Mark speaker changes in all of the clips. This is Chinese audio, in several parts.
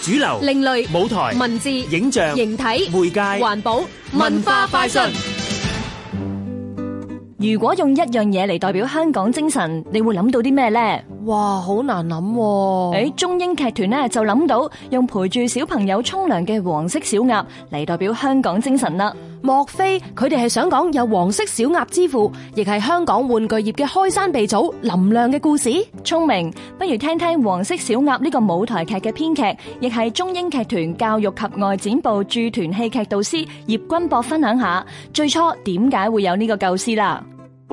Speaker 1: 主流、
Speaker 2: 另類
Speaker 1: 舞台、
Speaker 2: 文字、
Speaker 1: 影像、
Speaker 2: 形體、
Speaker 1: 媒介、
Speaker 2: 環保、文化快訊。
Speaker 3: 如果用一樣嘢嚟代表香港精神，你會諗到啲咩呢？
Speaker 4: 哇，好難諗喎、
Speaker 3: 誒，中英劇團呢就諗到用陪住小朋友沖涼嘅黃色小鴨嚟代表香港精神啦。
Speaker 4: 莫非佢哋係想講有黃色小鴨之父，亦係香港玩具業嘅開山鼻祖林亮嘅故事？
Speaker 3: 聰明，不如聽聽黃色小鴨呢個舞台劇嘅編劇，亦係中英劇團教育及外展部駐團戲劇導師葉君博分享下最初點解會有呢個構思啦。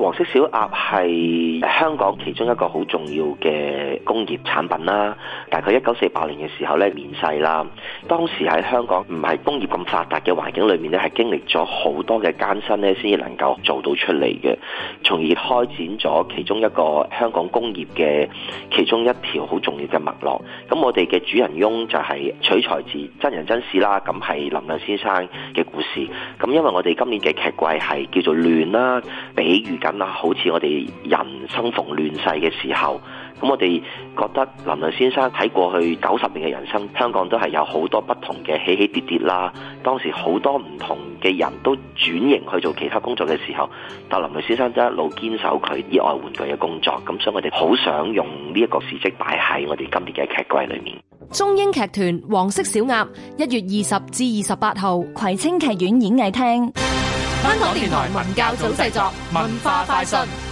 Speaker 5: 黃色小鴨係香港其中一個好重要嘅工業產品啦。大概一九四八年嘅時候咧面世啦。當時喺香港唔係工業咁發達嘅環境裏面咧，係經歷咗好多嘅艱辛咧，先至能夠做到出嚟嘅。從而開展咗其中一個香港工業嘅其中一條好重要嘅脈絡。咁我哋嘅主人翁就係取材自真人真事啦，咁係林亮先生嘅故事。咁因為我哋今年嘅劇季係叫做亂啦，比喻緊啊，好似我哋人生逢亂世嘅時候，咁我哋覺得林亮先生喺過去九十年嘅人生，香港都係有好多不同嘅起起跌跌啦。當時好多唔同嘅人都轉型去做其他工作嘅時候，但林亮先生就一路堅守佢熱愛玩具嘅工作，咁所以我哋好想用呢一個事蹟擺喺我哋今年嘅劇季裏面。
Speaker 4: 中英劇團黃色小鴨一月二十至二十八號。
Speaker 3: 葵青劇院演藝廳。
Speaker 2: 香港電台文教組製作，文化快訊。